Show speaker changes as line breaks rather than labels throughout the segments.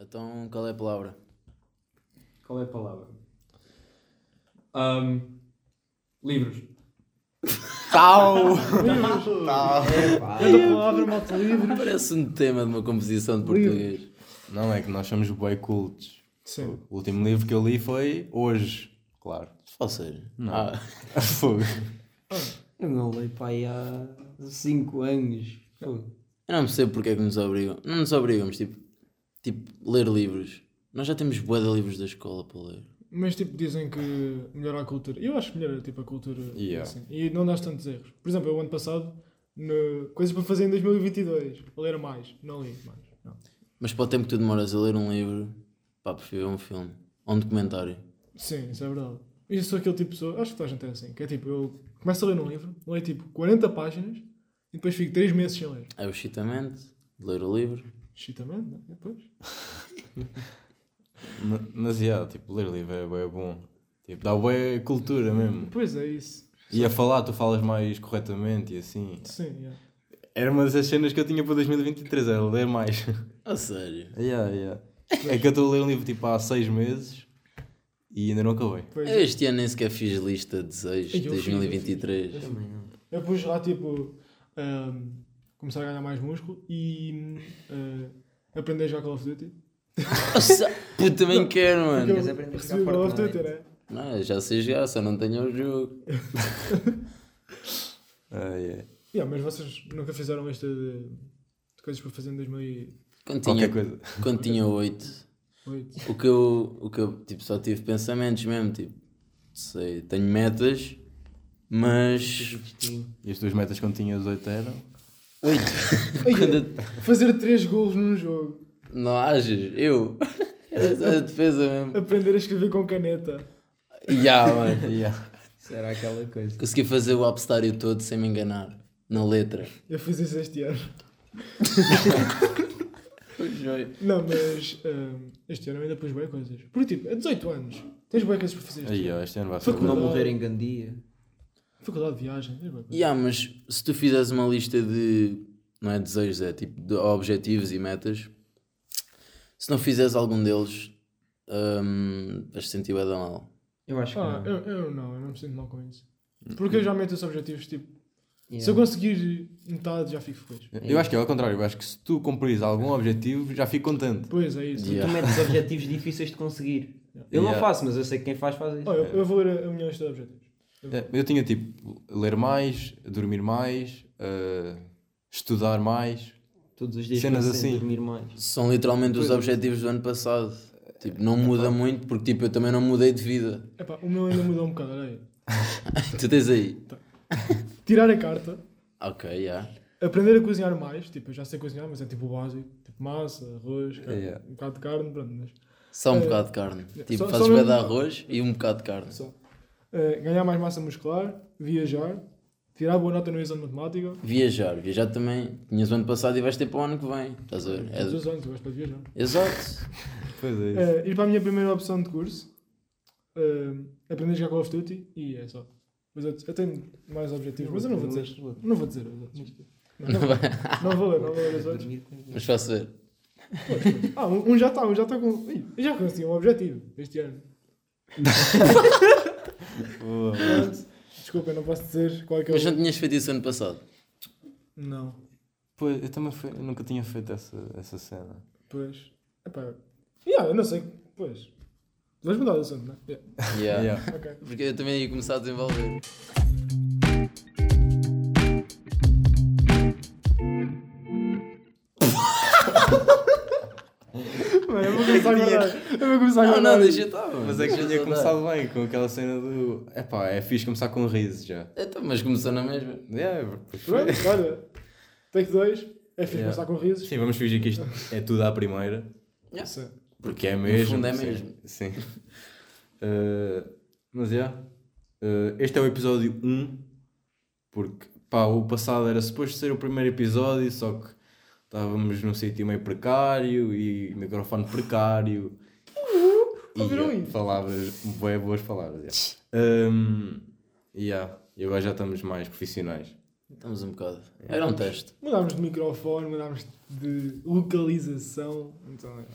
Então, qual é a palavra?
Qual é a palavra? Ahm, livros.
Tau!
Cada palavra moto livre.
Parece um tema de uma composição de português.
Não, é que nós somos boi cultos.
Sim.
O último livro que eu li foi hoje, claro.
Ou seja, ah,
Fogo.
Eu não leio para aí há 5 anos. Pô,
eu não percebo porque é que nos obrigam. Não nos obrigam, mas tipo, tipo ler livros. Nós já temos bué de livros da escola para ler.
Mas tipo, dizem que melhora a cultura. Eu acho que melhora tipo, a cultura.
Yeah.
assim. E não dás tantos erros. Por exemplo, eu ano passado, no- coisas para fazer em 2022. Ler mais. Não li mais. Não.
Mas para o tempo que tu demoras a ler um livro, pá, prefiro ver um filme. Ou um documentário.
Sim, isso é verdade. E eu sou aquele tipo de pessoa, acho que toda a gente é assim, que é tipo, eu começo a ler um livro, leio tipo 40 páginas e depois fico 3 meses sem ler.
É o excitamento de ler o livro.
Excitamento, não é? Depois.
Ma- Mas, yeah, tipo, ler livro é bué bom. Tipo, dá bué cultura mesmo.
Pois é isso.
E a falar, tu falas mais corretamente e assim.
Sim, é. yeah.
Era uma das cenas que eu tinha para 2023, era ler mais.
A sério.
yeah, yeah. É que eu estou a ler um livro tipo há seis meses e ainda não acabei.
Pois
Eu
é.
este ano nem sequer fiz lista de desejos de
Eu fiz, eu
2023.
fiz, eu
também não.
Eu pus lá tipo ahm, começar a ganhar mais músculo e ah, aprender a jogar Call of Duty.
Nossa, puto, também quero, mano.
Queres aprender a jogar
recebi o Call of
Fortnite?
Duty, né?
Não, eu já sei jogar, só não tenho o jogo.
Ah, yeah.
Yeah, mas vocês nunca fizeram esta de, de coisas para fazer em 2008?
Quando tinha,
Qualquer coisa.
quando tinha 8, O que eu, o que eu tipo, só tive pensamentos mesmo, tipo, sei, tenho metas, mas
E as tuas metas quando tinhas 8 eram?
Ai, Fazer 3 gols num jogo.
não ages, eu, essa é a defesa mesmo.
Aprender a escrever com caneta.
Ya, mano.
Yeah.
Será aquela coisa?
Consegui fazer o abstário todo sem me enganar, na letra.
Eu fiz isso este ano. Não, mas ahm, este ano eu ainda pus bem coisas. Porque tipo, é 18 anos. Tens bem coisas para fazer este
Aí,
ano.
ó, este ano vai ser
Foi
bom.
com-
Não morrer em Gandia.
Faculdade de viagem, tens bué coisas.
Ya, mas se tu fizeres uma lista de, não é desejos, é tipo, de objetivos e metas, se não fizeres algum deles, hum, vais te sentir bem da mal.
Eu
Hum.
acho que
Ah,
não.
eu, eu não, eu não me sinto mal com isso. Porque eu já meto os objetivos, tipo,
Yeah.
se eu conseguir metade já fico feliz.
Eu acho que é ao contrário, eu acho que se tu cumprires algum objetivo, já fico contente.
Pois é isso.
Yeah.
Tu metes objetivos difíceis de conseguir. Eu não
Yeah.
faço, mas eu sei que quem faz faz isso.
Oh, eu, eu vou ler a, a minha lista de objetivos.
É, Eu tinha tipo ler mais, dormir mais, ah, estudar mais.
Todos os dias
Cenas
penso em
assim.
dormir mais.
São literalmente
é.
os objetivos do ano passado. Tipo, não muda muito, porque tipo, eu também não mudei de vida.
Epá, o meu ainda mudou um bocado, olha aí.
tu tens aí.
Tirar a carta,
Ok, já.
aprender a cozinhar mais, tipo, eu já sei cozinhar, mas é tipo o básico, tipo massa, arroz, carne,
Yeah.
um bocado de carne, pronto, mas
Só um
Eh,
bocado de carne. Tipo,
só-
fazes
só
bem
não-
de arroz e um bocado de carne.
só. Eh, ganhar mais massa muscular, viajar, tirar boa nota no exame de matemática.
Viajar. Viajar também. Tinhas o ano passado e vais ter para o ano que vem. Estás a ver? É-
Todos os anos, eu gosto de viajar.
Exato.
Pois é. isso.
Eh, ir para a minha primeira opção de curso, eh, aprender a jogar Call of Duty e é só. Os outros- eu tenho mais objetivos, mas eu não vou dizer. Não vou dizer os outros. Não, não, vou- não vou ler, não vou ler os outros.
Mas faço ver.
Ah, um, um já está, um já está com. Ih, eu já consegui um objetivo este ano. Pronto. Desculpa, eu não posso dizer qual é que é
Mas não
o.
tinhas feito isso ano passado.
Não,
Pois, eu também fui- eu nunca tinha feito essa, essa cena.
pois. Epá, yeah, eu não sei. Pois. Vais mudar de assunto, não é? Yeah,
Yeah.
Yeah.
ok.
Porque eu também ia começar a desenvolver.
Mano, eu vou começar a guardar. Eu vou começar a
Não,
guardar.
não, deixa estar.
Mas é que já tinha começado bem com aquela cena do. Epá, é fixe começar com um riso já.
Então, mas começou na mesma.
Yeah, pois foi.
Pronto, olha. Take 2. É fixe
Yeah.
começar com risos.
Sim, vamos fingir que isto é tudo à primeira.
Yeah.
Sim.
Porque é
No
mesmo.
fundo é
sim,
mesmo.
Sim. Eh, mas é. Eh, este é o episódio 1. Porque, pá, o passado era suposto ser o primeiro episódio, só que estávamos num sítio meio precário e microfone precário.
Ouviram
e, eh,
isso?
Palavras, boas, boas palavras. Yeah. Ehm, yeah, E agora já estamos mais profissionais.
Estamos um bocado. Era um teste.
Mudámos de microfone, mudámos de localização. Então, é.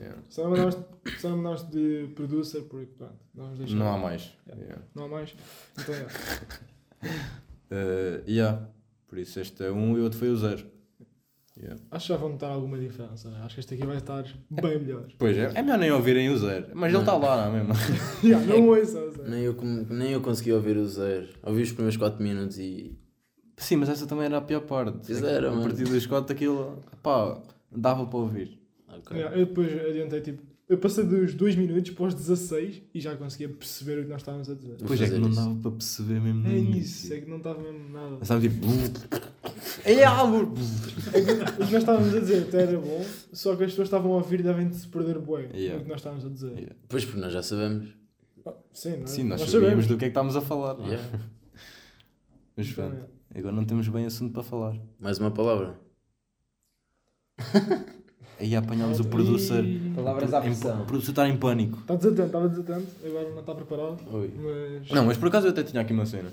Yeah.
só, não mudámos, só não mudámos de producer porque pronto, nós deixamos.
Não há mais. Yeah.
Não há mais. Então, é.
Uh, yeah. Por isso este é um e o outro foi o zero. Yeah.
Acho que já vão notar alguma diferença. né? Acho que este aqui vai estar bem melhor.
Pois é, é melhor nem ouvirem o zero. Mas ele está lá, não é mesmo?
yeah, não ouçam, Zé.
Nem eu, com- nem eu consegui ouvir o zero. Ouvi os primeiros 4 minutos e.
Sim, mas essa também era a pior parte. É
Pois era,
a
mano.
partir dos 4 aquilo, pá, dava para ouvir.
Ok.
Yeah, eu depois adiantei tipo. Eu passei dos 2 minutos para os 16 e já conseguia perceber o que nós estávamos a dizer.
Vou
Pois é que
fazer
não
isso.
dava para perceber mesmo. no
É isso,
início.
é que não estava mesmo nada.
Sabe, tipo... é algo!
É que o que nós estávamos a dizer até era bom, só que as pessoas estavam a ouvir e devem se perder bué
Yeah.
o que nós estávamos a dizer.
Yeah.
Pois, porque nós já sabemos.
Ah, sim, não é?
Sim, nós sabíamos do que é que estávamos a falar. não é?
Yeah.
Mas
Então,
pronto, é. agora não temos bem assunto para falar.
Mais uma palavra.
Aí apanhámos o producer.
Ih,
Palavras à
Em-
pressão.
O producer está em pânico.
Está tá desatento, estava desatento, agora não está preparado, mas.
Não, mas por acaso eu até tinha aqui uma cena.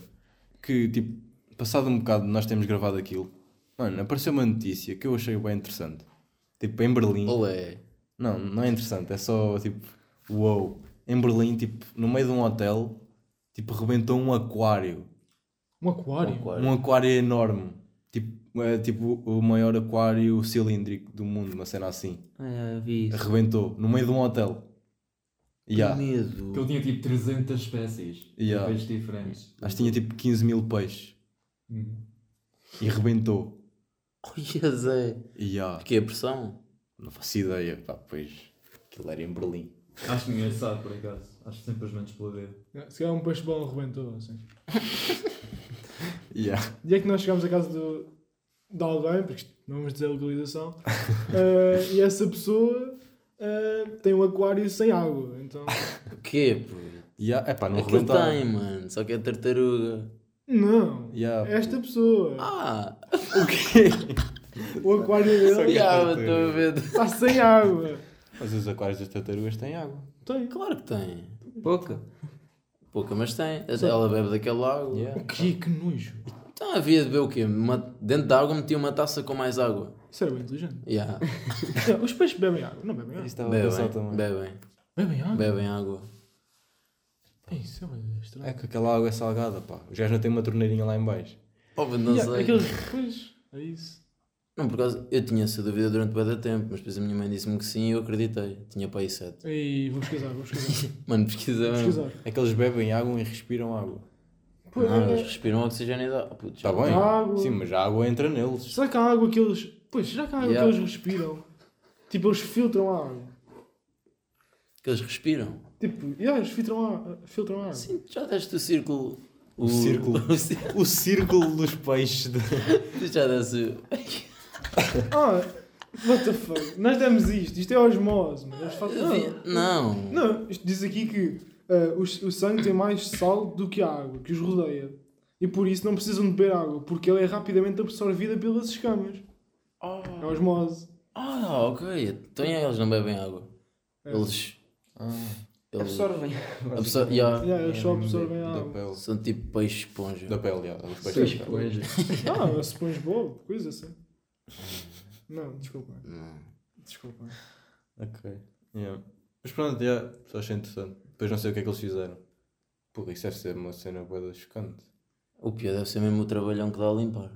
Que, tipo, passado um bocado de nós temos gravado aquilo, mano, apareceu uma notícia que eu achei bem interessante. Tipo, em Berlim.
Olé.
Não, não é interessante, é só tipo, uou. Em Berlim, tipo, no meio de um hotel, tipo, rebentou um aquário.
Um aquário.
Um aquário enorme. Tipo, é, tipo o maior aquário cilíndrico do mundo, uma cena assim.
Ah, vi isso.
Arrebentou, no meio de um hotel.
Que
Yeah.
Que ele
medo.
tinha tipo 300 espécies
Yeah.
de peixes diferentes.
Acho que tinha tipo 15 mil peixes.
Uhum.
E rebentou.
Olha, Zé.
Yeah.
Porque a pressão.
Não faço ideia, pá, pois. Aquilo era em Berlim.
Acho engraçado por acaso. Acho que simplesmente explodiu.
É, Se calhar um peixe bom arrebentou, assim.
Yeah.
E é que nós chegámos à casa do, de alguém, porque isto não vamos dizer localização, eh, e essa pessoa eh, tem um aquário sem água. Então,
O quê, pô?
Yeah. Epá, não
Aquilo
rebentaram.
tem, mano. Só que é tartaruga.
não.
Yeah.
Esta pessoa,
Ah!
O quê?
o aquário
É
dele
Yeah, eu estou a ver.
está sem água. Então,
Mas os aquários das tartarugas têm água.
Tem.
Claro que tem.
Pouca.
Pouca, mas tem. Ela bebe daquele lago.
Yeah.
O quê? Que nojo.
Então havia de beber o quê? Uma- Dentro da água metia uma taça com mais água.
Isso era bem inteligente.
Yeah.
Não, Os peixes bebem água, não bebem
Isso
água.
estava a pensar
Bebem,
Então, também.
bebem,
Bebem água?
bebem água.
Ei, Isso é bem estranho.
É que aquela água é salgada, pá. Os gajos não têm uma torneirinha lá em baixo.
Oh, mas não
Yeah,
sei.
Aqueles, pois, é isso.
Não, por causa, eu tinha essa dúvida durante bastante tempo, mas depois a minha mãe disse-me que sim e eu acreditei. Tinha para aí sete.
Ei, vou pesquisar, vou pesquisar.
Mano, pesquisa
Vou
mesmo.
pesquisar.
É que eles bebem água e respiram água.
Pois,
Não,
é-
eles respiram oxigênio e dá. Oh, puto, já
Está Tá bem?
Água.
Sim, mas a água entra neles.
Será que há água que eles. Pois, será que há água
Yeah.
que eles respiram? Tipo, eles filtram a água.
Que eles respiram.
Tipo, yeah, eles filtram a água. Filtram a água.
Sim, já deste o círculo. O,
círculo.
o círculo.
O círculo dos peixes. De...
Tu já deste. o-
Ah, what the fuck? Nós demos isto. Isto é osmose, mano. Eles fazem. Não,
Não.
não, isto diz aqui que ah, os- o, sangue tem mais sal do que a água que os rodeia. E por isso não precisam de beber água, porque ela é rapidamente absorvida pelas escamas. É
Ah,
osmose.
Ah, ok. Então é, eles não bebem água.
É.
Eles. eles
Absorvem.
absor- yeah.
Yeah, eles só absorvem a
Da
água.
pele.
São tipo peixe esponja.
Da pele, já. Dos
Seis
peixes.
coisas.
Ah, é SpongeBob, coisa assim. Não, desculpa.
Não.
Desculpa.
Ok. Yeah. Mas pronto, yeah. só achei interessante. Depois não sei o que é que eles fizeram. Pô, isso deve ser uma cena boa chocante.
O pior deve ser mesmo o trabalhão que dá a limpar.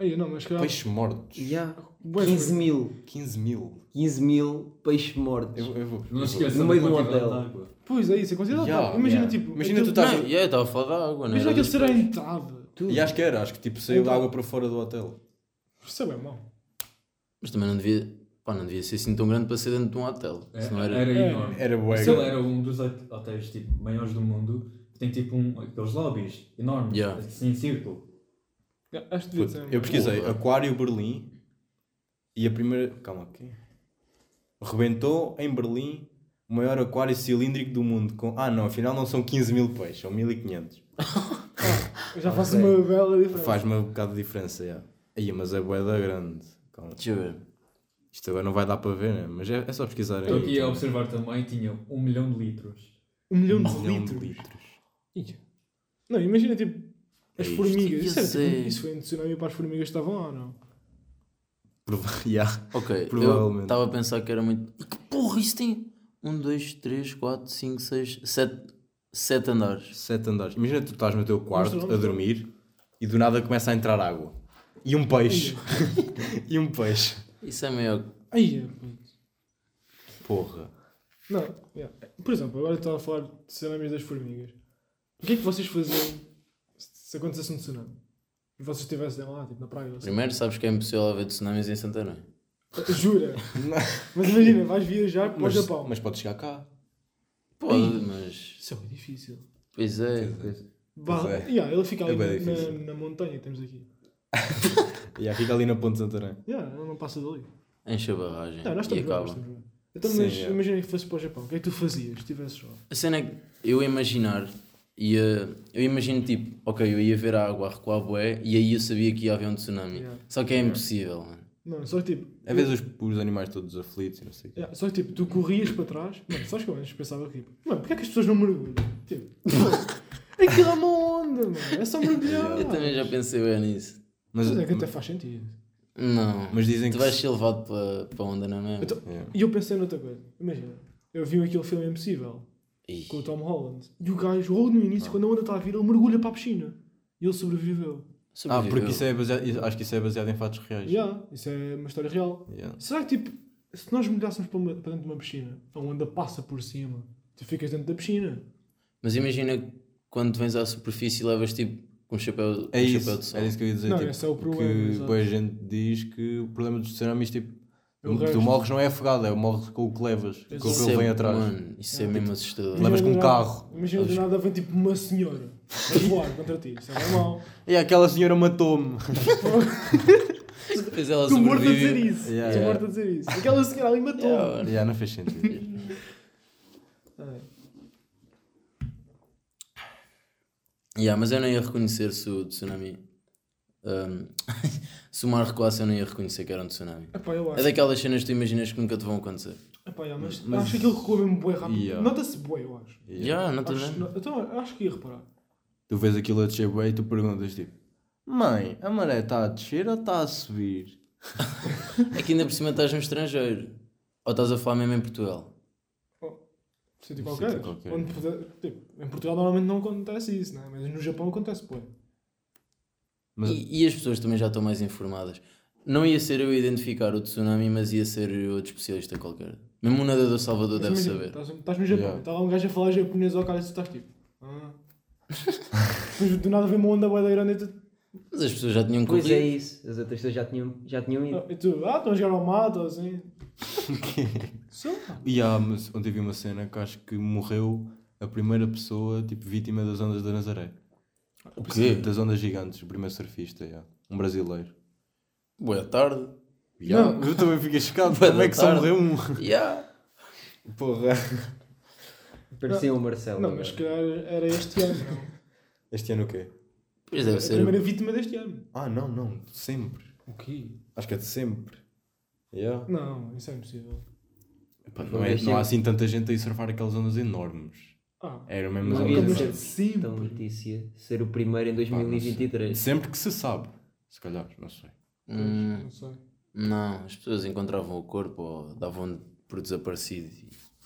Aí, não, mas calhar.
Peixes mortos.
Já.
Bué,
15 mil.
15 mil.
15 mil peixes mortos.
Eu, eu vou. eu
Não
vou-
esqueça
No
da
meio do
quantidade
hotel.
de água.
Pois é isso, é considerado.
Yeah,
água. imagina
yeah.
tipo.
Imagina
aquele-
tu estás-
Não, e aí, estava a falar da água, não
Imagina
era
aquele
dos
ser a
peixes.
entrada.
E acho que era, acho que tipo saiu
Então-
água para fora do hotel.
Isso é bem mau.
Mas também não devia, pá, não devia ser assim tão grande para ser dentro de um hotel.
É,
Se não era.
era
É.
enorme.
Era bué.
Aquele era um dos hot- hotéis tipo, maiores do mundo. que Tem tipo um, aqueles lobbies enormes,
Yeah.
assim em círculo.
Yeah, Acho que devia
Puto,
ser.
Eu pesquisei
Porra.
Aquário Berlim e a primeira. Calma aqui. Rebentou em Berlim o maior aquário cilíndrico do mundo. Com... Ah, não, afinal não são 15 mil peixes, são 1500.
Eu já faço uma bela diferença.
Faz-me um bocado de diferença, é. Aí, mas é boeda grande. Calma.
Deixa eu ver.
Isto agora não vai dar para ver, né? mas é, é só pesquisar aí.
Estou aqui a observar também, tinha um milhão de litros.
Um milhão de
Um milhão
litros.
de litros.
Ia. Não, imagina tipo. As
É isto.
formigas. Isso, era,
Ia
tipo,
ser.
isso foi um tsunami para as formigas que estavam lá, não?
Prova- Yeah.
Ok, eu
Provavelmente.
estava a pensar que era muito. E que porra, isso tem 1, 2, 3, 4, 5, 6, 7, 7 andares.
Sete andares. Imagina tu estás no teu quarto
Mostra,
a dormir e do nada começa a entrar água. E um peixe. e um peixe.
Isso é meio.
Aí, é, puto.
Porra.
Não, yeah. por exemplo, agora estava a falar de tsunamis das formigas. O que é que vocês faziam se- se acontecesse um tsunami? E vocês estivessem lá, tipo, na praia? ou Assim.
Primeiro, sabes que é impossível haver tsunamis em é? Santarém.
Jura? Mas imagina, vais viajar para
Mas,
o Japão.
mas pode chegar cá.
Pode, mas.
Isso é bem difícil.
Pois é.
Bah,
é.
yeah, ele fica
É
ali
bué
na,
difícil.
na montanha, temos aqui.
E yeah, fica ali na ponte de Santarém.
Yeah, ele não passa dali.
Enche a barragem.
Não, nós
e
estamos lá, nós
acaba. é.
estamos lá. Então,
Sim,
mas
yeah.
imagina que fosse para o Japão. O que é que tu fazias se estivesses lá?
A cena é que eu imaginar, ia, eu imagino tipo, ok, eu ia ver a água a recuar bué e aí eu sabia que ia haver um tsunami.
Yeah.
Só que é impossível, mano.
Não, só que, tipo...
Às vezes os, os animais todos aflitos e não sei o quê.
Yeah, só que, tipo, tu corrias para trás. Mano, sabes que eu antes pensava que, tipo, mano, porquê é que as pessoas não mergulham? Tipo, pô, aquilo é uma onda, mano. É só mergulhar.
Eu também já pensei bem nisso.
Mas,
Mas é que até faz sentido.
Não.
mas dizem
tu
que.
vais ser levado para, para onda, não é mesmo?
Então-
Yeah.
E eu pensei noutra coisa. Imagina, eu vi aquele filme Impossível
Ih,
com o Tom Holland. E o gajo, logo no
Ah.
início, quando a onda está a vir, ele mergulha para a piscina. E ele sobreviveu.
Ah,
sobreviveu.
porque isso é baseado. isso- Acho que isso é baseado em fatos reais.
Yeah, isso é uma história real.
Yeah.
Será que, tipo, se nós mergulhássemos para, uma- para dentro de uma piscina, a onda passa por cima, tu ficas dentro da piscina.
é-
Mas imagina que quando vens à superfície e levas tipo com um chapéu,
É
um
isso,
chapéu de sol.
era isso que eu ia dizer.
Não,
tipo,
esse é o problema,
Que
exato.
boa gente diz que o problema dos tsunamis, tipo,
É o
tu
resto.
morres não é afogado, é morres com o que levas, com o que
Isso
ele vem atrás.
Mano, isso é,
Yeah.
mesmo assustador.
Levas
Imagina
com um
do
carro.
Imagina do nada vem tipo uma senhora a voar contra ti. Isso é normal.
E aquela senhora matou-me.
Depois ela
Tu morto a dizer
sobrevive.
isso.
Yeah,
tu
yeah.
morto a dizer isso. Aquela senhora ali matou.
Yeah.
yeah, não fez sentido.
Ai.
Yeah, mas eu não ia reconhecer se o tsunami. hum, se o mar recuasse, eu não ia reconhecer que era um tsunami.
Epá, eu
É
acho.
daquelas cenas que tu imaginas que nunca te vão acontecer.
Epá, yeah, mas,
Mas-
acho que aquilo recua mesmo bué rápido.
Yeah. né?
Nota-se bué, eu acho.
Já, não estou
Acho-
vendo?
no- Então, eu acho que ia reparar.
Tu vês aquilo a descer bué e tu perguntas, tipo, mãe, a maré está a descer ou está a subir?
É que ainda por cima estás no estrangeiro. Ou estás a falar mesmo em Portugal.
Sítio
Um
qualquer.
sítio qualquer.
Onde puder- tipo, em Portugal normalmente não acontece isso, né? mas no Japão acontece bué.
Mas
E, e as pessoas também já estão mais informadas. Não ia ser eu a identificar o tsunami, mas ia ser outro especialista qualquer. Mesmo o nadador Salvador
Mas
deve
imagina,
saber.
Estás, estás no Japão,
Yeah.
está lá um gajo a falar japonês ao cara e tu estás tipo. Ah. Depois do nada vem uma onda bué da grande e tu.
Mas as pessoas já tinham
Pois é
corrido.
isso. As outras pessoas já tinham, já tinham ido.
E tu, ah, estão a jogar ao mato ou assim. Sei lá.
E há, mas ontem vi uma cena que acho que morreu a primeira pessoa, tipo, vítima das ondas da Nazaré.
é.
Tipo,
O quê?
Das ondas gigantes, o primeiro surfista, yeah. um brasileiro.
Boa tarde.
Yeah, Eu também fiquei chocado,
Bué
como é
da
que só
tarde.
morreu um?
Yeah.
Porra.
Parecia o Marcelo.
é
Não, mas se calhar era este ano, não.
Este ano o quê?
Pois
A
deve ser.
primeira vítima deste ano.
Ah, não, não, de sempre.
O quê?
Acho que é de sempre. Yeah.
Não, isso é impossível.
Epá, não, é, não há assim tanta gente a ir surfar aquelas ondas enormes.
Ah,
Era mesmo
Não,
as
mas
isso.
ondas
mas
é
é
gigantes.
sempre.
Então, notícia. Ser o primeiro em
Pá, não sei.
2023.
Sempre que se sabe. Se calhar, não sei.
Hum.
Não sei.
Não, as pessoas encontravam o corpo ou davam por desaparecido.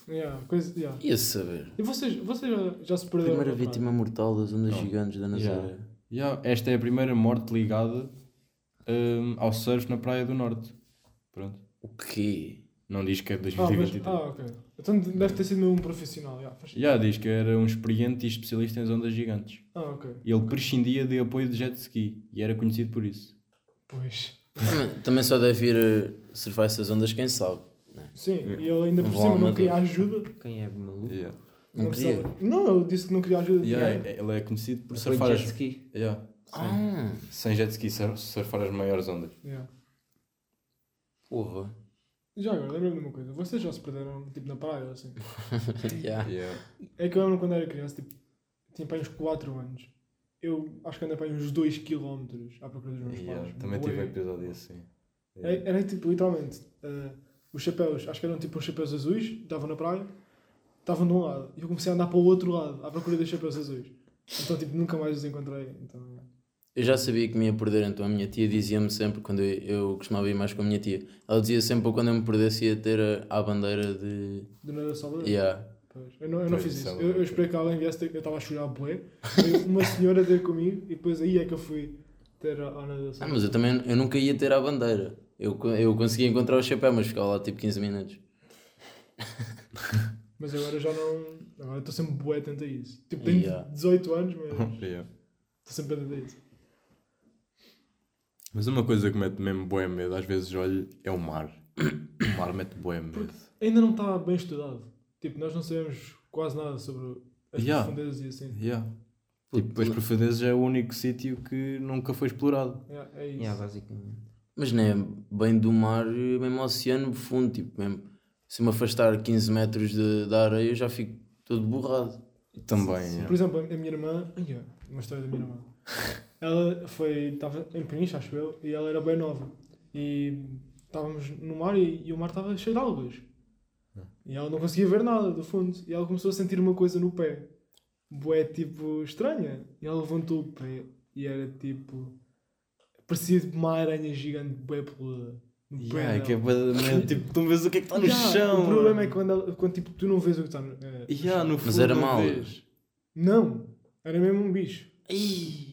Yeah, coisa, yeah.
Ia saber.
E vocês, vocês já, já se perderam?
Primeira
na praia?
vítima mortal das ondas
Não.
gigantes da Nazaré.
Yeah, esta é a primeira morte ligada hum, ao surf na Praia do Norte. Pronto.
O quê?
Não diz que é de
Ah, mas,
tipo.
2023.
ah, ok. Então deve ter sido mesmo um profissional. Yeah, faz-
Já diz que era um experiente e especialista em ondas gigantes.
Ah, ok.
Ele prescindia de apoio de jet ski e era conhecido por isso.
Pois.
Também- Também só deve ir eh, surfar essas ondas, quem sabe.
Sim, e ele ainda por
Vão
cima
ao
não
Maduro.
queria ajuda.
Quem é maluco?
Yeah.
Não
Não,
queria.
precisava- não, ele disse que não queria ajuda. de
Yeah,
ninguém.
Ele é conhecido por
Foi
surfar
jet
as...
ski.
Yeah.
Ah,
Sem jet ski, sur- surfar as maiores ondas.
Yeah.
porra.
Já agora, lembra-me de uma coisa. Vocês já se perderam, tipo, na praia ou assim?
Ah.
Yeah.
É que eu lembro quando era criança, tipo, tinha para aí uns 4 anos. Eu acho que andei para aí uns 2km à procura dos meus
Yeah,
pais.
Também
Bué.
tive um episódio assim. Yeah.
Era, era, tipo, literalmente, eh, os chapéus, acho que eram tipo uns chapéus azuis, estavam na praia, estavam de um lado, e eu comecei a andar para o outro lado, à procura dos chapéus azuis. Então, tipo, nunca mais os encontrei. Então,
Eu já sabia que me ia perder, então a minha tia dizia-me sempre, quando eu, eu costumava ir mais com a minha tia, ela dizia sempre que quando eu me perdesse ia ter a, a bandeira de.
Do Nada Salvador.
Yeah.
Pois, Eu não, eu não
Pois,
fiz
isso
isso.
é uma
Eu, eu
loucura.
esperei que alguém viesse, ter- eu estava a chorar bué. Veio Uma senhora ter comigo e depois aí é que eu fui ter a a
Ah,
nadação.
mas eu também eu nunca ia ter a bandeira. Eu, co- eu conseguia encontrar o chapéu, mas ficava lá tipo 15 minutos.
Mas agora já não. Agora estou sempre bué atento a isso. Tipo, tenho
Yeah.
18 anos, mas estou
Yeah.
sempre atento a isso.
Mas uma coisa que mete mesmo boé medo, às vezes olho, é o mar. O mar mete boé medo.
Ainda não está bem estudado. Tipo, nós não sabemos quase nada sobre as
Yeah.
profundezas e assim.
Yeah. E depois profundezas é o único sítio que nunca foi explorado.
Yeah, é isso.
Yeah, basicamente.
Mas não é bem do mar, mesmo oceano fundo, tipo mesmo. Se me afastar 15 metros de, da areia, eu já fico todo borrado.
Também.
Por
Yeah.
exemplo, a minha irmã, ai, é, uma história da minha irmã. Ela foi, estava em Peniche, acho eu, e ela era bem nova. E estávamos no mar e, e o mar estava cheio de algas.
Hum.
E ela não conseguia ver nada do fundo. E ela começou a sentir uma coisa no pé. Bué, tipo, estranha. E ela levantou o pé e era tipo... Parecia tipo, uma aranha gigante, bué peluda. no pé
Yeah, é que é
dela.
bué de medo, tipo, tu vês o que é que está no
Yeah,
chão.
O problema é
mano.
que quando, ela- quando, tipo, tu não vês o que está no... é,
Yeah, no
Mas
fundo
era
não
mau.
vês.
Não, era mesmo um bicho.
Ai,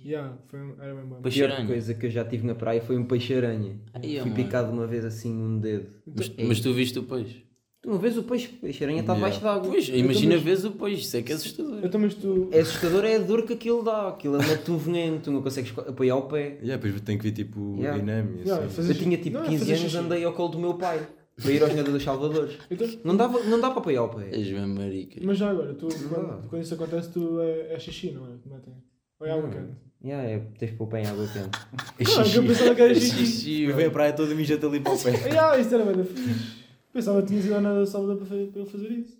Yeah, foi, um- era bem bom.
A
Pois-
pior
Peixe-aranha.
coisa que eu já tive na praia foi um peixe-aranha.
ai,
Fui
amor.
picado uma vez assim um dedo.
Mas, mas tu viste o peixe?
Tu não vês o peixe? O peixe-aranha está
Yeah.
abaixo d'água. Então,
Pois, imagina
mas-
vês o peixe, isso é que é assustador.
Então, mas tu.
É assustador, é a dor que aquilo dá. Aquilo mete-te um veneno, tu não consegues co- apoiar o pé.
Yeah, depois tem que vir tipo
Yeah.
Inami.
Yeah,
assim.
fazer-
Eu tinha tipo
Não, é
15
fazer
anos
xixi.
andei ao colo do meu pai para ir aos nadadores salvadores.
Então,
Não, dava, não dá para apoiar o pé.
És mesmo marica.
mas já agora, tu, quando,
verdade.
quando isso acontece, tu é, é xixi, não é? Como é que é? Ou é água quente?
Yeah, é, tens de pôr o pé em água quente.
Não, é que eu pensava que era xixi.
Xixi,
E vem a praia toda mijada ali para o pé.
Ah, isso era bem da fixe. Pensava que tinhas ido à nada sábado para fazer, para eu fazer isso.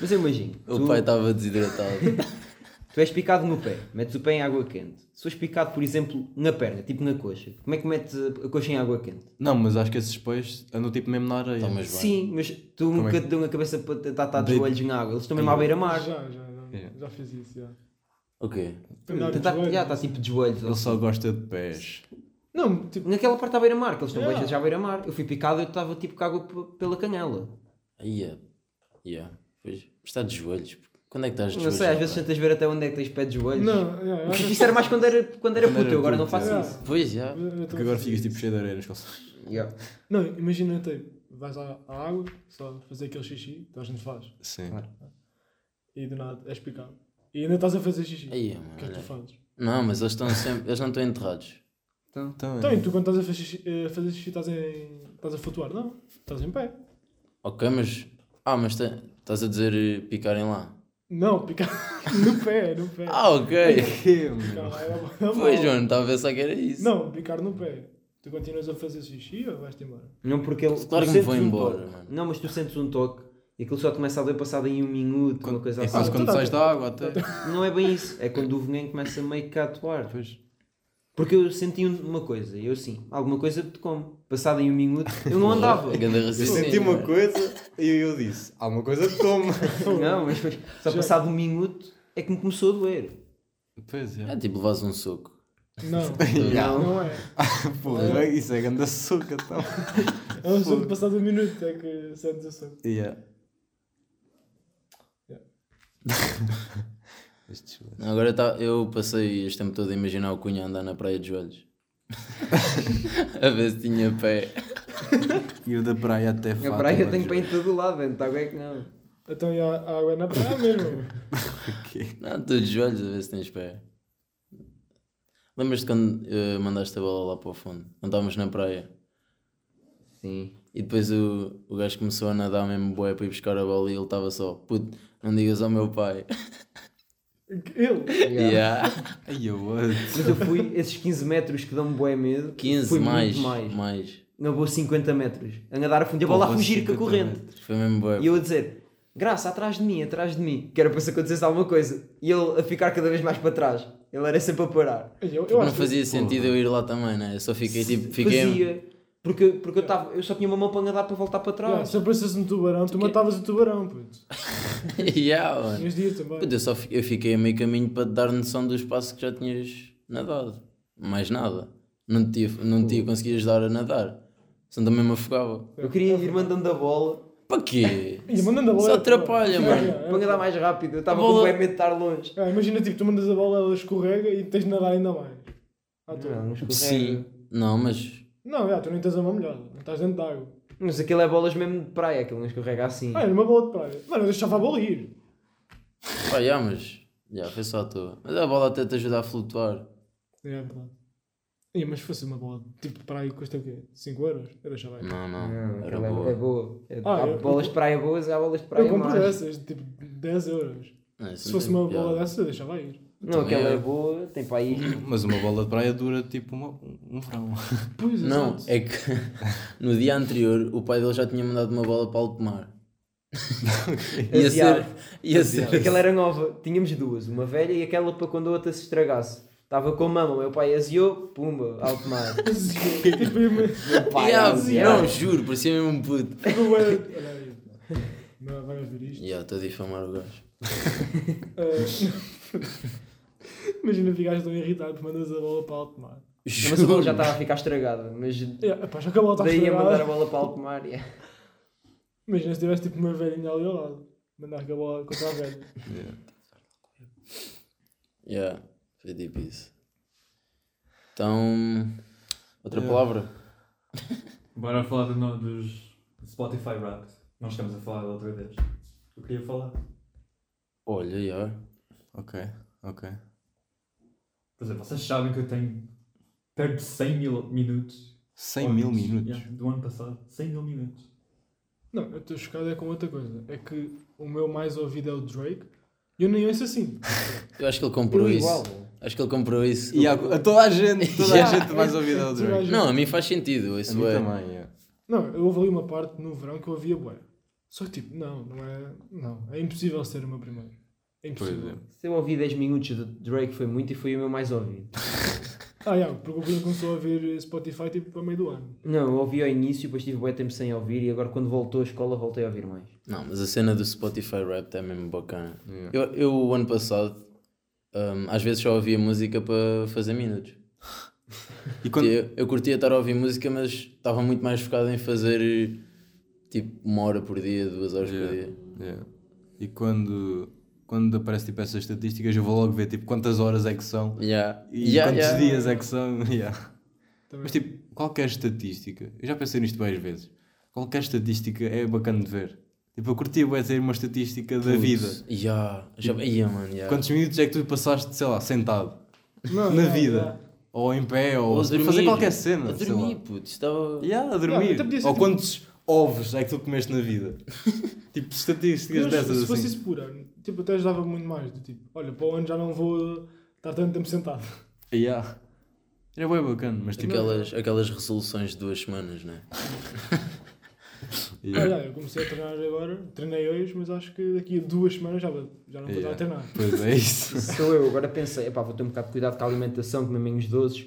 Mas eu imagino,
O
tu,
pai estava desidratado.
tu és picado no pé, metes o pé em água quente. Se fores picado, por exemplo, na perna, tipo na coxa, como é que metes a a coxa em água quente?
Não, mas acho que esses peixes andam tipo mesmo na areia.
Então, mas vai.
Sim, mas tu
Como é
nunca
que-
te dão a cabeça para tentar estar de
De-
joelhos na água. Eles estão mesmo à beira-mar.
Já, já, já,
Yeah.
já fiz isso. Já.
Ok.
Andar de
Tentar-
joelhos,
Já está tipo de joelhos.
Ele só gosta de pés.
Não, tipo,
Naquela parte à beira-mar, que eles estão
Yeah.
beijas já à beira-mar. Eu fui picado eu estava tipo com água p- pela canela.
Aí é. Yeah. Pois, mas está de joelhos. Quando é que estás de
Não
joelhos?
sei, às vezes
rapaz?
tentas ver até onde é que tens pé de joelhos.
não, yeah, eu acho
Isso era mais quando era, quando era
Quando
puto,
era
eu agora não
puto,
faço
yeah.
isso.
Pois, já.
eu- eu estou a
Porque agora
fazer
ficas
isso.
tipo cheio de areia nas calças.
Yeah.
Não, imagina, tipo, vais à, à água, só fazer aquele xixi, toda a gente faz,
Sim.
Claro.
e do nada és picado. E ainda estás a fazer xixi. O
Aí é, mano.
que é que tu
olha.
fazes?
Não, mas eles estão sempre. Eles não estão enterrados.
Então,
Então,
Então,
é.
e tu quando estás a fazer xixi, eh, fazer xixi estás, em, estás a flutuar? Não, estás em pé.
Ok, mas. Ah, mas te- estás a dizer eh, picarem lá.
Não, picar no pé, no
É.
pé.
Ah, ok.
Que, mano?
Picar lá é uma- é uma-
Pois, João, estava a pensar que era isso.
Não, picar no pé. Tu continuas a fazer xixi ou vais-te embora?
não porque ele.
Claro
tu
que me
sentes
vou
um
embora,
toque.
mano.
Não, mas tu sentes um toque e aquilo só começa a doer passado em um minuto, uma coisa
É
assim.
quase
Ah,
quando
toda a-
sais da água até.
Não é bem isso. É quando o veneno começa meio que a atuar.
Pois.
Porque eu senti um- uma coisa, eu assim, alguma coisa te como. Passado em um minuto, eu não andava.
É grande
Eu
raciocínio,
senti uma
mano.
coisa e eu disse: Há uma coisa de toma.
Não, mas depois, só
Já.
passado um minuto é que me começou a doer.
Pois
É
é.
tipo levas um soco.
Não,
Não.
não é.
Porra, isso é grande açúcar. Então.
É um soco passado um minuto, é que sentes o soco.
Yeah.
Yeah.
Estes-
Não, Agora tá, eu passei este tempo todo a imaginar o Cunha a andar na praia de joelhos. a ver se tinha pé.
E o da praia até
A
Fátima.
praia tem para ir todo lado, dentro da água é que não.
Então e a a água é na praia mesmo.
Porquê?
Não, estou de joelhos a ver se tens pé. Lembras-te quando eh, mandaste a bola lá para o fundo? Não estávamos na praia.
Sim.
E depois o, o gajo começou a nadar mesmo bué para ir buscar a bola e ele estava só, puto, não digas ao meu pai.
Ele.
Yeah.
Ai, eu odeio.
Mas eu fui, esses 15 metros que dão-me bué medo,
15
fui
mais,
muito
mais.
mais. Não vou 50 metros. A nadar a fundo, e a bola a
Porra,
fugir com a
50
corrente.
Foi mesmo bué.
E eu a dizer, graça, atrás de mim, atrás de mim. Que era para se acontecesse alguma coisa. E ele a ficar cada vez mais para trás. Ele era sempre a parar.
Eu, eu
Porque
acho
não
que-
fazia sentido eu ir lá também, né? Eu só fiquei tipo, fiquei.
Fazia. Porque, porque eu, tava, eu só tinha uma mão para nadar para voltar para trás.
Yeah, se aparecesse um tubarão, tu
quê?
matavas o tubarão, puto.
yeah, mano.
Tinhas de ir também.
Puta, eu só fi- eu fiquei a meio caminho para te dar noção do espaço que já tinhas nadado. Mais nada. Não te, ia- não te ia conseguir ajudar a nadar. Senão também me afogava.
Eu queria ir mandando a bola
Para quê?
Ia mandando a bola. é,
Só atrapalha,
Yeah,
mano.
yeah,
para
yeah.
nadar mais rápido. Eu estava
A bola-
com o medo de estar longe.
Ah, imagina, tipo, tu mandas a bola, ela escorrega e tens de nadar ainda mais. Ah, tu.
Não, não escorrega.
Sim. Não, mas.
Não, já, tu nem tens a mão molhada. Não estás dentro de água.
Mas aquilo é bolas mesmo de praia, aquilo não escorrega assim.
Ah, era uma bola de praia. Mano, eu deixava a bola ir.
Pá, já, mas. Já, foi só à toa. Mas a bola até te ajuda a flutuar.
É, é verdade. Ih, mas se fosse uma bola tipo de praia, custa o quê? 5 euros? Eu deixava ir.
Não, não.
Não,
era
aquilo é
boa.
é boa. É-
Ah,
há
eu-
bolas de praia boas e há bolas de
Eu
praia
compro
más.
dessas, tipo, 10 euros.
Não, isso
Se
não
fosse
tem
uma
é piada.
bola dessas, eu deixava ir.
Não,
Também
aquela
é.
é boa, tem para aí.
Mas uma bola de praia dura tipo uma- um verão.
Pois,
Não,
exato.
é que no dia anterior o pai dele já tinha mandado uma bola para o alto mar. ia ser.
Aziar.
Ia ser.
Aquela era nova, tínhamos duas, uma velha e aquela para quando a outra se estragasse. Estava com mama, meu pai aziou, pumba, alto mar.
tipo, eu me-
Meu pai
Yeah,
aziar.
não, juro, parecia mesmo um puto.
tipo, eu era- Olha aí. Não, vai ver isto.
Yeah, estou a difamar o gajo.
Ah, Imagina, ficares tão irritado, mandas a bola para alto mar.
é
Mas a bola
Juro.
tá-
já estava a ficar estragada, mas
É, pá, já que a bola está
daí a mandar a
estragada.
bola para alto mar. yeah.
Imagina se tivesse tipo uma velhinha ali ao lado. Mandar com a bola contra a velha.
Yeah, foi tipo isso. Então. Outra
Yeah.
palavra?
Bora falar do no- dos Spotify Wrapped. Nós estamos a falar da outra vez. Eu queria falar.
Olha, yeah.
Ok, ok.
Por exemplo, vocês sabem que eu tenho perto de 100 mil minutos.
100 mil minutos.
Yeah, do ano passado. 100 mil minutos.
Não, eu estou chocado é com outra coisa. É que o meu mais ouvido é o Drake. E eu nem ouço assim.
Eu acho que ele
Eu
comprou isso.
igual.
Acho que ele comprou isso.
E há- a toda a gente, toda
Yeah.
a gente mais ouvida ao
Toda a
Drake.
gente-
Não, a mim faz sentido.
A
Isso
mim
é.
também, é.
Não, eu houve ali uma parte no verão que eu ouvia bué. Só que tipo, não, não é. Não, é impossível ser o meu primeiro. É impossível.
Pois
Se eu ouvi 10 minutos do Drake foi muito e foi o meu mais ouvido.
Ah, yeah, porque o Bruno começou a ouvir Spotify tipo para meio do ano.
Não, eu ouvi ao início, depois tive bem tempo sem ouvir e agora quando voltou à escola voltei a ouvir mais.
Não, mas a cena do Spotify Wrapped é mesmo bacana.
Yeah.
Eu, eu o ano passado, hum, às vezes só ouvia música para fazer minutos.
E quando,
Eu, eu curtia estar a ouvir música, mas estava muito mais focado em fazer tipo uma hora por dia, duas horas por
Yeah,
dia.
yeah. E quando, quando aparece tipo essas estatísticas, eu vou logo ver tipo quantas horas é que são
Yeah.
e
Yeah,
quantos
yeah.
dias é que são. yeah.
Também.
Mas tipo, qualquer estatística, eu já pensei nisto várias vezes. Qualquer estatística é bacana de ver. Tipo, eu curtia é ter uma estatística da vida. Tipo,
Yeah. Já, yeah, mano, yeah.
Quantos minutos é que tu passaste, sei lá, sentado?
Não,
na
yeah,
vida?
yeah.
Ou em pé, ou,
Ou
a fazer
dormir.
qualquer cena.
A
sei
dormir,
lá.
puto. Estava.
Yeah, a
Yeah,
dormir.
até podia ser
ou
tipo-
quantos ovos é que tu comeste na vida? tipo, estatísticas
Mas
dessas
se fosse
assim.
isso por ano, tipo, até ajudava muito mais. Do tipo, olha, para o ano já não vou estar tanto tempo sentado.
Yeah. Era bem bacana, mas tipo.
Aquelas, aquelas resoluções de duas semanas, né?
Ah,
Yeah.
yeah, eu comecei a treinar agora, treinei hoje, mas acho que daqui a duas semanas já, vou- já não vou
Yeah.
estar a treinar.
Pois é isso.
Sou eu, agora pensei, epá, vou ter um bocado de cuidado com a alimentação, comer menos doces,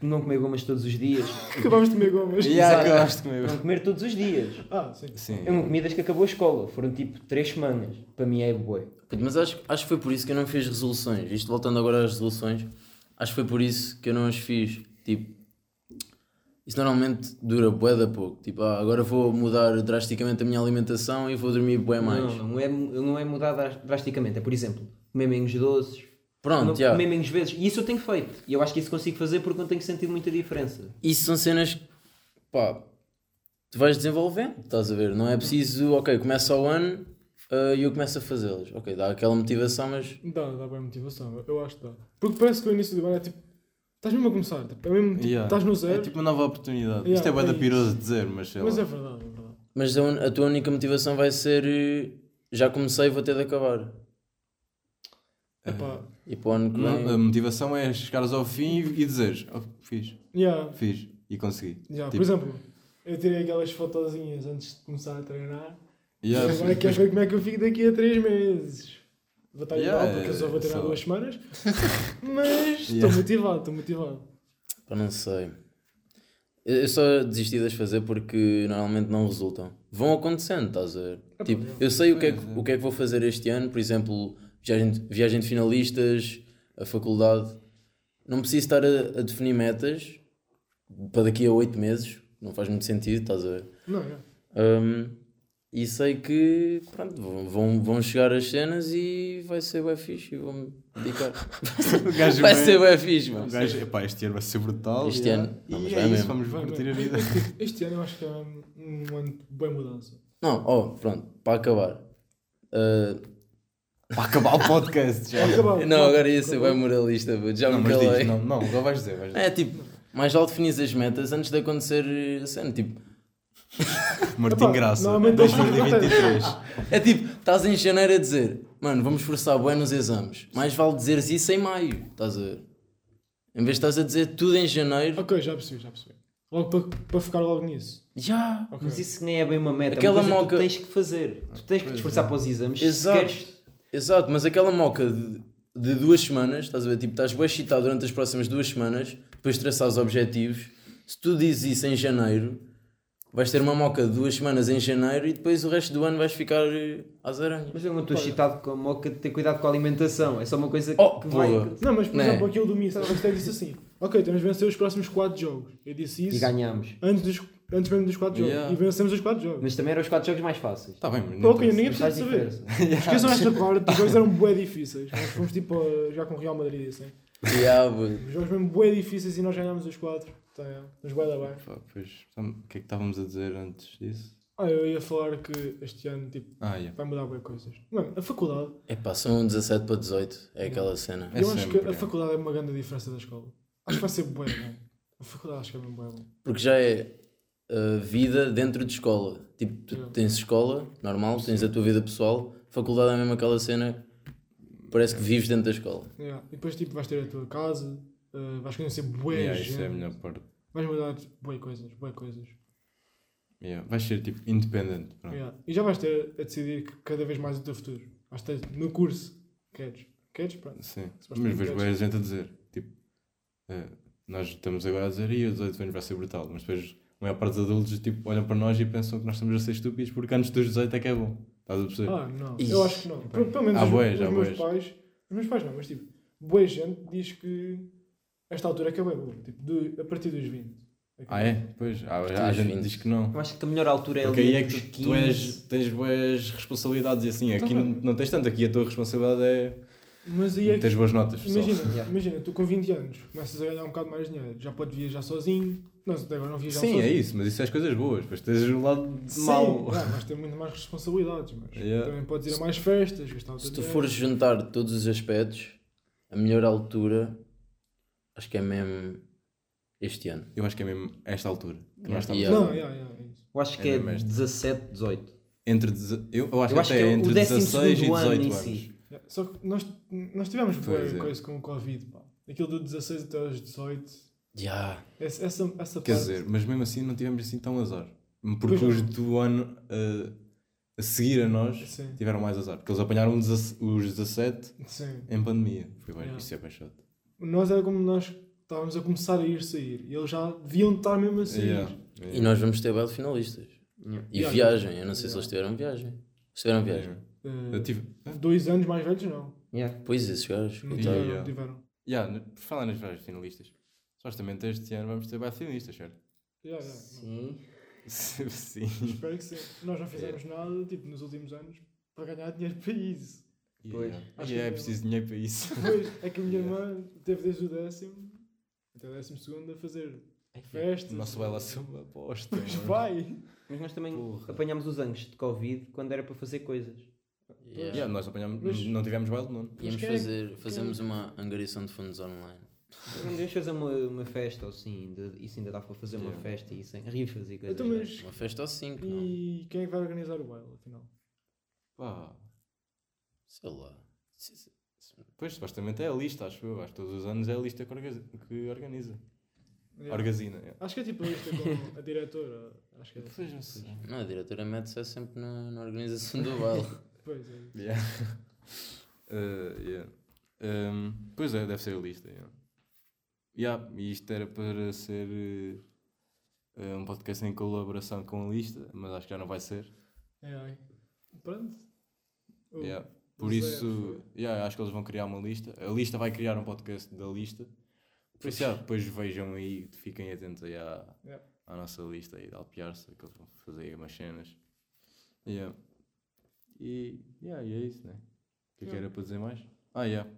não comer gomas todos os dias.
Acabámos de comer gomas.
yeah,
Exato.
gosto mesmo.
Não comer todos os dias.
Ah, sim.
Sim.
Eu não comi desde que acabou a escola, foram tipo 3 semanas. Para mim é bué.
Puto, Mas acho, acho que foi por isso que eu não fiz resoluções. Isto voltando agora às resoluções, acho que foi por isso que eu não as fiz. Tipo, isso normalmente dura bué da pouco. Tipo, ah, agora vou mudar drasticamente a minha alimentação e vou dormir bué mais.
Não, não é, não é mudar dras- drasticamente. É, por exemplo, comer menos doces,
Pronto,
não
já.
comer menos vezes. E isso eu tenho feito. E eu acho que isso consigo fazer porque não tenho sentido muita diferença.
Isso são cenas que, pá, tu vais desenvolvendo, estás a ver? Não é preciso, ok, começa o ano ah, e eu começo a fazê-los. Ok, dá aquela motivação, mas
Dá, dá bem motivação, eu- eu acho que dá. Porque parece que o início do ano é tipo. Estás mesmo a começar, tipo, é mesmo tipo,
Yeah.
estás no zero.
É tipo uma nova oportunidade.
Yeah,
Isto é bué da
é
piroso de dizer, mas sei
mas
lá.
é verdade, é verdade.
Mas a, un- a tua única motivação vai ser eh, já comecei, vou ter de acabar.
É.
Epá,
E para o ano que
Não,
vem.
a motivação é chegares ao fim e, e dizeres: "Oh, fiz,
yeah,
fiz e consegui.
yeah.
Tipo-
Por exemplo, eu tirei aquelas fotozinhas antes de começar a treinar.
Yeah,
e agora quero ver como é que eu fico daqui a 3 meses. Vou estar
Yeah,
igual, porque eu só vou treinar
só-
duas semanas. Mas estou
Yeah.
motivado, estou motivado.
Pá, não sei. Eu eu só desisti de as fazer porque normalmente não resultam. Vão acontecendo, estás a ver?
pá,
tipo,
já.
eu sei o que, é que,
É Pois é.
o que é que vou fazer este ano, por exemplo, viagem de, viagem de finalistas, a faculdade. Não preciso estar a, a definir metas para daqui a oito meses, não faz muito sentido, estás a ver?
Não, é.
Hum, e sei que, pronto, vão- vão, vão chegar as cenas e vai ser bem fixe e vou-me dedicar.
O gajo
vai
vem-
ser bem fixe, mano.
O gajo, epá, este ano vai ser brutal.
Este
yeah.
ano, não, mas
e
vai
é isso,
mesmo.
vamos curtir a vida.
Este, este ano eu acho que é um, um ano de boa mudança.
Não, oh, pronto, para acabar. Ah,
Para acabar o podcast já.
Acabou,
não, agora ia
isso
ser bem moralista, puto, já
Não,
me
mas
calei.
diz, não, não, agora vais dizer, vais dizer.
É tipo, mais vale definir as metas antes de acontecer a cena. Tipo,
Martim
Epá,
Graça,
normalmente deixa-
2023.
é tipo, estás em janeiro a dizer, mano, vamos forçar bem nos exames. Mais vale dizeres isso em maio, estás a ver? Em vez de estás a dizer tudo em janeiro,
Ok, já percebi, já percebi. Logo para, para focar logo nisso.
já.
Ok.
Mas isso nem é bem uma meta.
Aquela
Aquela
moca-
moca... tu tens que fazer. Tu tens que te
é.
esforçar para os exames.
Exato.
Se queres...
Exato, mas aquela moca de, de duas semanas, estás a ver? Tipo, estás bem excitado durante as próximas duas semanas, depois traçares objetivos. Se tu dizes isso em janeiro, vais ter uma moca de duas semanas em janeiro e depois o resto do ano vais ficar eh, às aranhas.
Mas eu não estou excitado com a moca de ter cuidado com a alimentação. É só uma coisa que,
Oh,
que vai...
porra.
Não, mas por
Né?
exemplo, aquilo do Miss, a hashtag disse assim: Ok, temos de vencer os próximos 4 jogos. Eu disse
E
isso
ganhamos.
antes, dos, antes mesmo dos 4 jogos.
Yeah.
E vencemos os 4 jogos.
Mas também eram os quatro jogos mais fáceis.
Está Tá bem, mas não
ok,
interessa.
ninguém
Mas
precisa
faz
de saber.
diferença.
Esqueçam esta parte, os jogos eram bué difíceis. Nós fomos tipo a jogar com o Real Madrid assim.
Yeah, but-
Os jogos mesmo bué difíceis e nós ganhámos os 4. Então, é, nos bué da bem.
Pá, pois, então, o que é que estávamos a dizer antes disso?
Ah, eu ia falar que este ano tipo,
Ah, yeah.
vai mudar bué coisas. Mano, a faculdade.
Epá, são 17 para 18, é aquela cena.
É
eu acho
sempre,
que a
é.
faculdade é uma grande diferença da escola. Acho que vai ser bué, mano. A faculdade acho que é mesmo bué. bom.
Porque já é a vida dentro de escola. Tipo, tu
Yeah.
tens escola, normal, tens a tua vida pessoal, faculdade é mesmo aquela cena, parece que vives dentro da escola.
Yeah. E depois tipo, vais ter a tua casa, ah, vais conhecer bué
Yeah, isso
gente.
é a melhor parte.
Vais mudar bué coisas, bué coisas.
Yeah. Vais ser tipo independente. pronto.
Yeah. E já vais ter a decidir que cada vez mais o teu futuro. Vais ter no curso. Queres? Queres? Pronto.
Sim.
Se
Mas
vais ter
vejo
ideias.
bem a gente a dizer. Tipo, eh, nós estamos agora a dizer, e os 18 anos vai ser brutal. Mas depois a maior parte dos adultos tipo, olham para nós e pensam que nós estamos a ser estúpidos porque antes dos 18 é que é bom. Estás a perceber?
Ah, não.
Ih.
Eu acho que não. Pelo pelo menos
Há
os,
bués,
os
há
meus
bués.
pais. Os meus pais não, mas tipo, boa gente diz que esta altura é que é bué boa. Tipo, do- a partir dos 20. que
Ah, é? Pois. Há,
Porque
há
os
gente que
vinte.
diz que não.
Eu acho que a melhor altura é
Porque aí
ali
é
entre
que tu, tu és, tens boas responsabilidades e assim. Aqui
Tá
não, não tens tanto. Aqui a tua responsabilidade é
Mas aí é que.
tens boas notas. pessoal.
Imagina,
Yeah.
imagina, tu com 20 anos começas a ganhar um bocado mais dinheiro. Já podes viajar sozinho. Não, se agora não viajar
Sim,
sozinho.
é isso. Mas isso é as coisas boas. Depois tens o lado
assim. Sim,
mau.
não, é, mas tem muito mais responsabilidades. Mas
Yeah.
também podes ir a mais festas, gastar o teu
Se tu
dinheiro.
fores juntar todos os aspectos, a melhor altura acho que é mesmo este ano.
Eu acho que é mesmo esta altura. Que nós estamos.
Yeah.
Não, yeah, yeah, é isso.
Eu acho que
É
é,
mesmo este.
17, 18.
Entre, deze- eu, eu acho
Eu
que
acho
até
que é o
entre
12º
16 e 18
ano em
anos.
si.
Yeah, Só que nós, nós tivemos
Pois
boa
é.
coisa com o Covid, pá. Aquilo do 16 até aos 18.
Yeah.
Essa, essa, essa
Quer
parte-
dizer, mas mesmo assim não tivemos assim tão azar. Porque
Pois não.
os do ano eh, a seguir a nós
Sim,
tiveram mais azar. Porque eles apanharam os 17 os 17
sim.
em pandemia. Foi bem,
Yeah.
isso é bem chato.
Nós era como nós estávamos a começar a ir sair. E eles já deviam estar mesmo assim. a sair.
Yeah.
E nós vamos ter baile de finalistas. E
Yeah.
viagem, eu não sei se
Yeah.
eles tiveram viagem. Eles
é
tiveram viagem.
Yeah.
Eh,
Eu tive.
Dois anos mais velhos, não.
Yeah.
Pois esses gajos.
Não
coitados.
tiveram.
yeah.
tiveram.
Yeah, n- por falar nas várias finalistas. Supostamente este ano vamos ter várias finalistas, certo?
Yeah, yeah,
Sim.
Sim.
não. Espero que sim. Nós não fizemos nada, tipo, nos últimos anos, para ganhar dinheiro para isso.
Pois.
Yeah.
Acho que
Yeah, é
é-
preciso dinheiro para isso.
Pois, é que a minha
Yeah.
irmã teve desde o décimo até o décimo segundo a fazer
O
festas.
nosso baile a ser uma aposta.
Pois
mano.
vai!
Mas nós também
Porra.
apanhámos os anos de Covid quando era para fazer coisas.
Yeah.
Yeah, nós apanhámos,
Mas-
não tivemos baile de nono.
Íamos
quem é que-
fazer, fazemos uma angariação de fundos online.
Não devíamos fazer uma, uma festa ou assim, ainda- isso ainda dá para fazer uma
Yeah.
festa e isso ainda rir fazer coisas.
Então,
né?
mas
Uma festa aos 5, não?
E quem é que vai organizar o baile, afinal?
Pá,
Sei lá.
Pois, supostamente é a lista, acho eu. Acho que todos os anos é a lista que organiza. Que organiza.
Yeah.
Orgazina, é.
Acho que é tipo a lista com a diretora. Acho que é.
Pois, não sei.
Não, a diretora mete-se é sempre na, na organização do baile.
Pois é. isso.
Yeah. Uh, yeah. Um, pois é, deve ser a lista. Yeah. Yeah, e isto era para ser eh, eh, um podcast em colaboração com a lista, mas acho que já não vai ser.
É, ai. Pronto. O-
Yeah. Por
Zé,
isso, yeah, acho que eles vão criar uma lista. A lista vai criar um podcast da lista. Por isso, yeah, depois vejam aí, fiquem atentos aí à,
Yeah.
à nossa lista aí de Alpiar-se, que eles vão fazer aí umas cenas. Yeah. E, yeah, e é isso, né? O que é que era para dizer mais? Ah, yeah.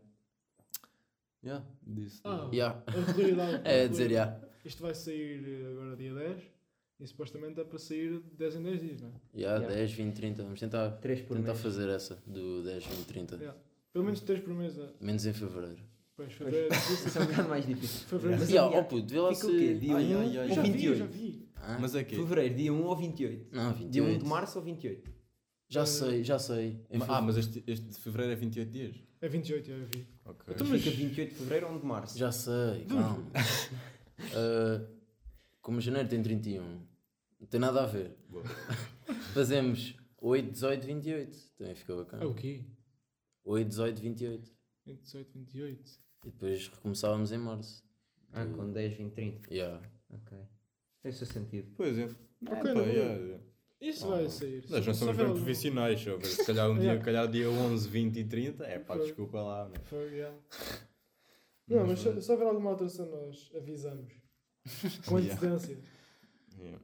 Yeah, disse.
Ah,
Yeah.
a regularidade.
É dizer, yeah.
Isto vai sair eh, agora dia 10 e supostamente é para sair 10 em 10 dias, não é?
Yeah,
Yeah.
10, 20, 30. Vamos tentar,
3 por
tentar
mês.
fazer essa do 10, 20, 30.
É.
Yeah. Pelo menos 3 por mês. é.
Menos em fevereiro.
Pois, fevereiro.
Isso é um bocado mais difícil.
fevereiro.
Mas,
Yeah,
yeah,
oh puto, vê lá
Fica o quê?
se.
Dia 1
Ai, ai, ai,
Eu é já
ou
vi, eu já
28?
vi.
Hã?
Mas é que
Fevereiro, dia 1 ou 28?
Não,
Dia 1
28.
de março ou 28?
Já sei, já sei. Em
Ah,
fevereiro.
mas este, este de fevereiro é 28 dias.
É 28, eu já vi.
Ok.
Então, mas-
Fica 28 de fevereiro ou 1 de março?
Já sei, calma. Ah, como janeiro tem 31, não tem nada a ver.
Boa.
Fazemos 8, 18, 28. Também fica
Ah, o
bacana.
quê?
8, 18, 28.
28, 28.
E depois recomeçávamos em março.
Ah, com 10, 20, 30.
Yeah.
Ok. Tem o seu sentido.
Pois é. Não,
Ok,
pá,
não,
yeah, yeah.
Isso
Ah,
vai
não.
sair.
Nós não
Se
somos
houver
bem
algum-
profissionais, só, mas se calhar um dia,
Yeah.
calhar dia 11, 20 e 30, é pá,
Foi.
desculpa lá, né?
Foi, yeah. Não, mas se, se houver alguma alteração, nós avisamos. Com
Yeah.
antecedência. é-
Yeah.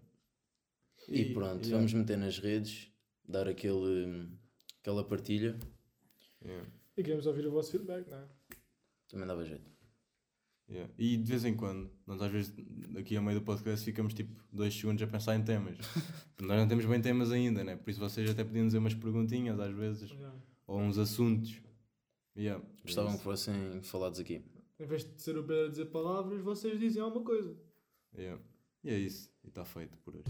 E, pronto,
yeah,
vamos meter nas redes, dar aquele, hum, aquela partilha.
yeah,
E queremos ouvir o vosso feedback, não é?
Também dava jeito.
yeah. E de vez em quando, nós às vezes aqui ao meio do podcast ficamos tipo 2 segundos a pensar em temas. nós não temos bem temas ainda, né? Por isso vocês até podiam dizer umas perguntinhas às vezes,
Yeah.
ou uns assuntos. Yeah. é
Gostavam que fossem falados aqui.
Em vez de ser o Pedro a dizer palavras, vocês dizem alguma coisa.
Yeah. E é isso, e está feito por hoje.